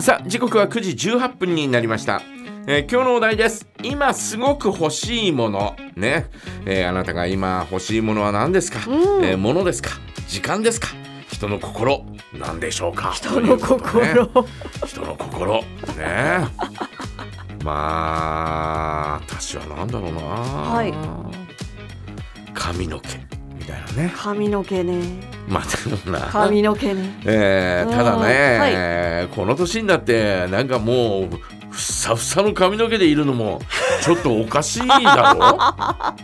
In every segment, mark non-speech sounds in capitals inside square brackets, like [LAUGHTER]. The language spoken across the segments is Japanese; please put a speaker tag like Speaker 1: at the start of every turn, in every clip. Speaker 1: さあ時刻は9時18分になりました、えー今日のお題です今すごく欲しいものね、えーあなたが今欲しいものは何ですか、えー物ですか時間ですか人の心なんでしょうか人
Speaker 2: の心、
Speaker 1: 人の心ね [LAUGHS] えまあ私は何だろうな
Speaker 2: はい
Speaker 1: 髪の毛みたいなね
Speaker 2: 髪の毛ね
Speaker 1: まあでもな
Speaker 2: 髪の毛ね
Speaker 1: えーただね、
Speaker 2: う
Speaker 1: この年になってなんかもうふさふさの髪の毛でいるのもちょっとおかしいだ
Speaker 2: [LAUGHS]
Speaker 1: ろ
Speaker 2: ま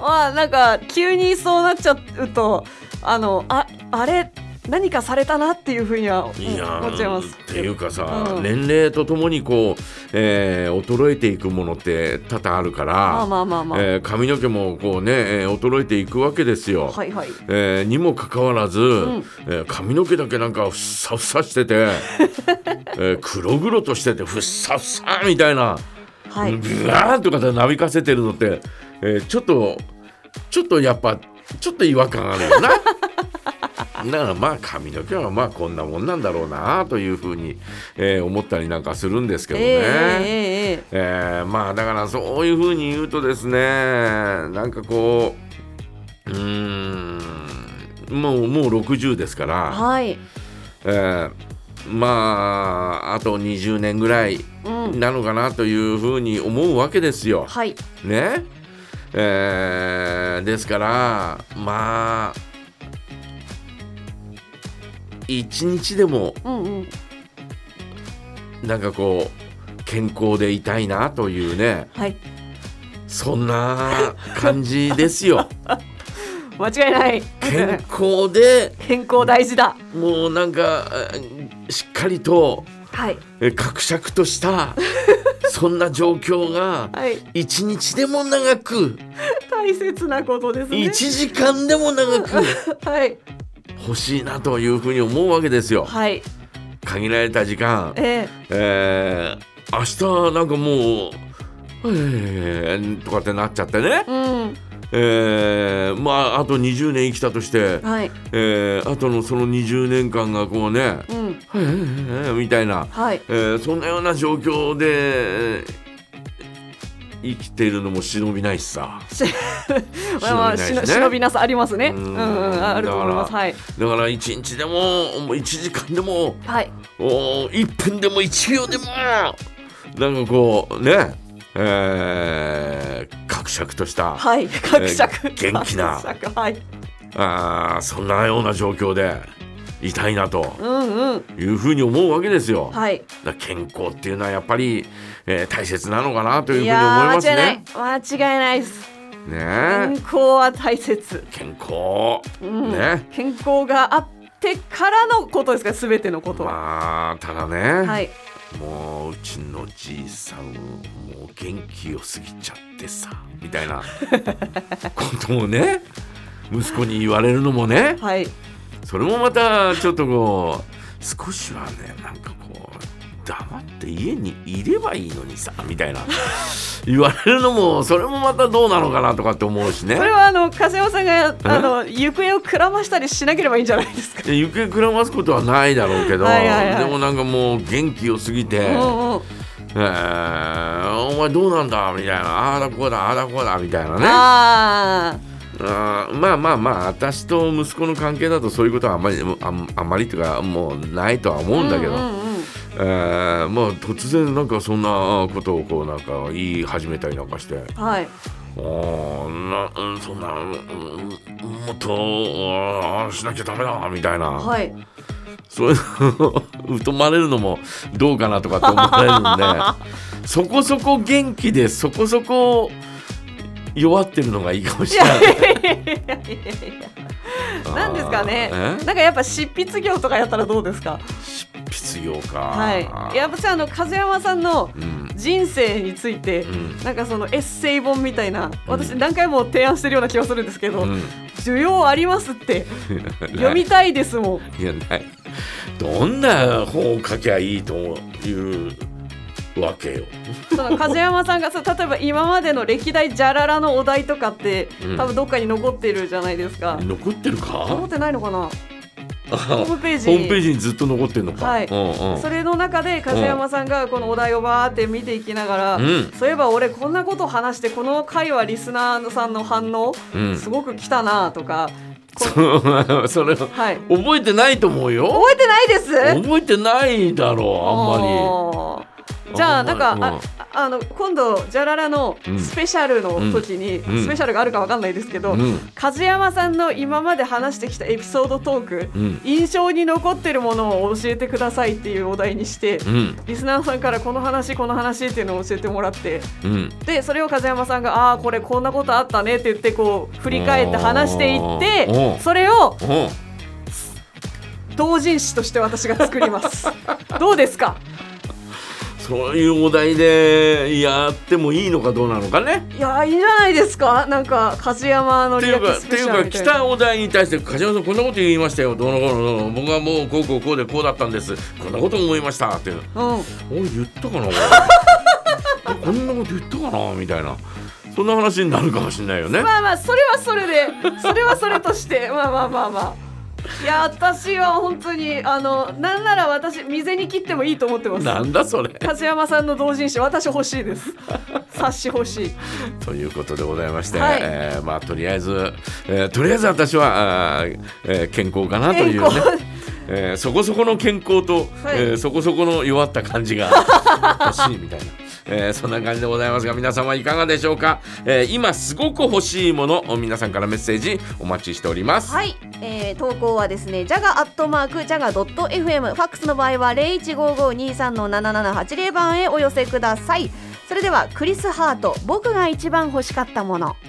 Speaker 2: あなんか急にそうなっちゃうとあのああれ何かされたなっていうふうにはうん
Speaker 1: いや
Speaker 2: 思っちゃいま
Speaker 1: ー
Speaker 2: す
Speaker 1: っていうかさ、
Speaker 2: うん
Speaker 1: 年齢とともにこう、えー衰えていくものって多々あるから、
Speaker 2: まあまあまあまあ、
Speaker 1: えー髪の毛もこうね、えー衰えていくわけですよ。
Speaker 2: はいはい
Speaker 1: えーにもかかわらず、
Speaker 2: ん
Speaker 1: えー髪の毛だけなんかふっさふさして
Speaker 2: [LAUGHS]
Speaker 1: て、えー黒々としててふっさふさみたいな。
Speaker 2: はい、
Speaker 1: ブワーンとかでなびかせてるのって、えーちょっとちょっとやっぱちょっと違和感あるよな [LAUGHS] だからまあ髪の毛はまあこんなもんなんだろうなというふうに、えー思ったりなんかするんですけ
Speaker 2: え
Speaker 1: ど
Speaker 2: ー、
Speaker 1: ね。
Speaker 2: えー、え
Speaker 1: えーまあだからそういうふうに言うとですねなんかこううーんもうもう60ですか
Speaker 2: ー、
Speaker 1: ら、
Speaker 2: はい
Speaker 1: えーまああと20年ぐらい
Speaker 2: うん
Speaker 1: なのかなというふうに思うわけですよ。
Speaker 2: はい
Speaker 1: ねえーですからまあ一日でも
Speaker 2: うんうん
Speaker 1: なんかこう健康でいたいなというね
Speaker 2: はい
Speaker 1: そんな感じです
Speaker 2: [LAUGHS]
Speaker 1: よ
Speaker 2: 間違いない
Speaker 1: 健康で
Speaker 2: 健康大事だ
Speaker 1: もうなんかえーしっかりと
Speaker 2: はい
Speaker 1: えー格尺としたそんな状況が
Speaker 2: はい
Speaker 1: 一日でも長く
Speaker 2: 大切なことです [LAUGHS] ね
Speaker 1: 一時間でも長く
Speaker 2: はい
Speaker 1: 欲しいなというふうに思うわけですよ。
Speaker 2: はい
Speaker 1: 限られた時間、
Speaker 2: えー、
Speaker 1: えー、明日なんかもう。えー、とかってなっちゃってね、
Speaker 2: うん
Speaker 1: えー、まああと20年生きたとして、
Speaker 2: はい
Speaker 1: えー、あとのその20年間がこうね、
Speaker 2: うん
Speaker 1: えー、みたいな、
Speaker 2: はい
Speaker 1: えー、そんなような状況でえー生きているのも忍びないしさ
Speaker 2: しまあまあ
Speaker 1: 忍びな
Speaker 2: し
Speaker 1: い
Speaker 2: の
Speaker 1: しね
Speaker 2: 忍びなさありますね
Speaker 1: う
Speaker 2: うんんうんあると思いま
Speaker 1: だ
Speaker 2: す
Speaker 1: か
Speaker 2: はい
Speaker 1: だから一日でももう一時間でも
Speaker 2: はい
Speaker 1: お1分でも1秒でもなんかこうねえー、格尺とした、
Speaker 2: はい格尺、
Speaker 1: えー元気な
Speaker 2: 格尺はい
Speaker 1: あーそんなような状況でいたいなと
Speaker 2: うんうん
Speaker 1: いうふうに思うわけですよ。
Speaker 2: はい
Speaker 1: だから健康っていうのはやっぱり、えー大切なのかなというふうに思い
Speaker 2: や
Speaker 1: ま
Speaker 2: ー
Speaker 1: すね。
Speaker 2: 間違いない間違いないです健
Speaker 1: ね
Speaker 2: 康は大切
Speaker 1: え健康、
Speaker 2: うん
Speaker 1: ね
Speaker 2: 健康があってからのことですからすべてのことは、
Speaker 1: まあただね、
Speaker 2: はい
Speaker 1: もううちのじいさんもう元気よすぎちゃってさみたいなことをね息子に言われるのもね
Speaker 2: はい
Speaker 1: それもまたちょっとこう少しはねなんかこう黙って家にいればいいのにさみたいな言われるのもそれもまたどうなのかなとかって思うしね
Speaker 2: [LAUGHS] それはあの加瀬尾さんがあの行方をくらましたりしなければいいんじゃないですか
Speaker 1: で行方くらますことはないだろうけど
Speaker 2: はいはいはい
Speaker 1: でもなんかもう元気よすぎて。
Speaker 2: うんうん
Speaker 1: えーお前どうなんだみたいなああだこうだああだこうだみたいなね
Speaker 2: あ
Speaker 1: あーまあまあまあ私と息子の関係だとそういうことはあんまりあんあんまりっていうかもうないとは思
Speaker 2: あ
Speaker 1: うんだけど、
Speaker 2: うんうんうん
Speaker 1: えーまあ突然なんかそんなことをこうなんか言い始めたりなんかして
Speaker 2: はい
Speaker 1: あーなうんそんなうんもっとあーしなきゃダメだみたいな、
Speaker 2: はい
Speaker 1: そういうの疎まれるのもどうかなとかって思われるんでそこそこ元気でそこそこ弱ってるのがいいかもしれない。
Speaker 2: なんですかね
Speaker 1: あ
Speaker 2: な
Speaker 1: ー
Speaker 2: んかやっぱ執筆業とかやったらどうですか
Speaker 1: え必要か。
Speaker 2: はいいや私あの風山さんの
Speaker 1: うん
Speaker 2: 人生について、
Speaker 1: うん
Speaker 2: なんかそのエッセイ本みたいな私
Speaker 1: うん
Speaker 2: 何回も提案してるような気がするんですけど、
Speaker 1: うん
Speaker 2: 需要ありますって読みたいですもん
Speaker 1: いやないどんな本を書きゃいいというわけよ。
Speaker 2: その風山さんがそう例えば今までの歴代ジャララのお題とかって、
Speaker 1: うん
Speaker 2: 多分どっかに残ってるじゃないですか、
Speaker 1: 残ってるか
Speaker 2: 残ってないのかなホームページ
Speaker 1: ホームペー
Speaker 2: に
Speaker 1: ジにずっと残ってるのか。
Speaker 2: はい
Speaker 1: うんうん
Speaker 2: それの中で風山さんがこのお題をバーって見ていきながら、
Speaker 1: うん
Speaker 2: そういえば俺こんなこと話してこの回はリスナーさんの反応、
Speaker 1: うん
Speaker 2: すごく来たなとかこ
Speaker 1: そう [LAUGHS] それ覚
Speaker 2: はい
Speaker 1: えてないと思うよ。
Speaker 2: 覚えてないです
Speaker 1: 覚えてないだ
Speaker 2: [LAUGHS]
Speaker 1: ろ
Speaker 2: あんまりじゃあなんか、
Speaker 1: うん
Speaker 2: ああの今度ジャララのスペシャルの時に、
Speaker 1: うんうん
Speaker 2: スペシャルがあるかわかんないですけ
Speaker 1: う
Speaker 2: ど、
Speaker 1: あんまり。
Speaker 2: 風山さんの今まで話してきたエピソードトーク、
Speaker 1: うん
Speaker 2: 印象に残ってるものを教えてくださいっていうお題にして、
Speaker 1: うんうん
Speaker 2: リスナーさんからこの話この話っていうのを教えてもらって
Speaker 1: うん。
Speaker 2: でそれを風山さんが「ああーこれこんなことあったね」って言ってこう振り返って話していっ
Speaker 1: おー
Speaker 2: てそれを
Speaker 1: うん
Speaker 2: 同人誌として私が作ります
Speaker 1: [LAUGHS]
Speaker 2: どうですか
Speaker 1: そういうお題でやってもいいのかどうなのかね。
Speaker 2: いやーいいんじゃないですかなんか風山の
Speaker 1: って
Speaker 2: リ
Speaker 1: い
Speaker 2: ラ
Speaker 1: う
Speaker 2: ック
Speaker 1: か、
Speaker 2: ス
Speaker 1: っ
Speaker 2: ス
Speaker 1: て
Speaker 2: ペ
Speaker 1: い
Speaker 2: シ
Speaker 1: う
Speaker 2: ャル
Speaker 1: か、
Speaker 2: み
Speaker 1: 来
Speaker 2: たいな
Speaker 1: たお題に対して、梶山さん、こんなこと言いましたよ、どうのこうのどうの、僕はもう、こうこうこうで、こうだったんです。こんなこと思いましたっていう。
Speaker 2: うん
Speaker 1: 俺言ったかな俺 [LAUGHS] こんなこと言ったかなみたいなそんな話になるかもしれないよね
Speaker 2: まあまあそれはそれでそれはそれとして [LAUGHS] まあまあまあまあいや私は本当にあのなんなら私未然に切ってもいいと思ってます
Speaker 1: なんだそれ
Speaker 2: 風山さんの同人誌私欲しいです冊子欲しい [LAUGHS]
Speaker 1: ということでございまして、
Speaker 2: はい
Speaker 1: えーまあとりあえず、えーとりあえず私はあー、えー健康かなという
Speaker 2: 健
Speaker 1: ね
Speaker 2: 康、
Speaker 1: えーそこそこの健康と、
Speaker 2: はい
Speaker 1: えーそこそこの弱った感じが [LAUGHS] 欲しいみたいな、えーそんな感じでございますが皆様いかがでしょうか、えー今すごく欲しいもの皆さんからメッセージお待ちしております、
Speaker 3: はい、えー、投稿はですね、ジャガアットマークジャガドット FM、ファックスの場合は零一五五二三の七七八零番へお寄せください。それではクリスハート、僕が一番欲しかったもの。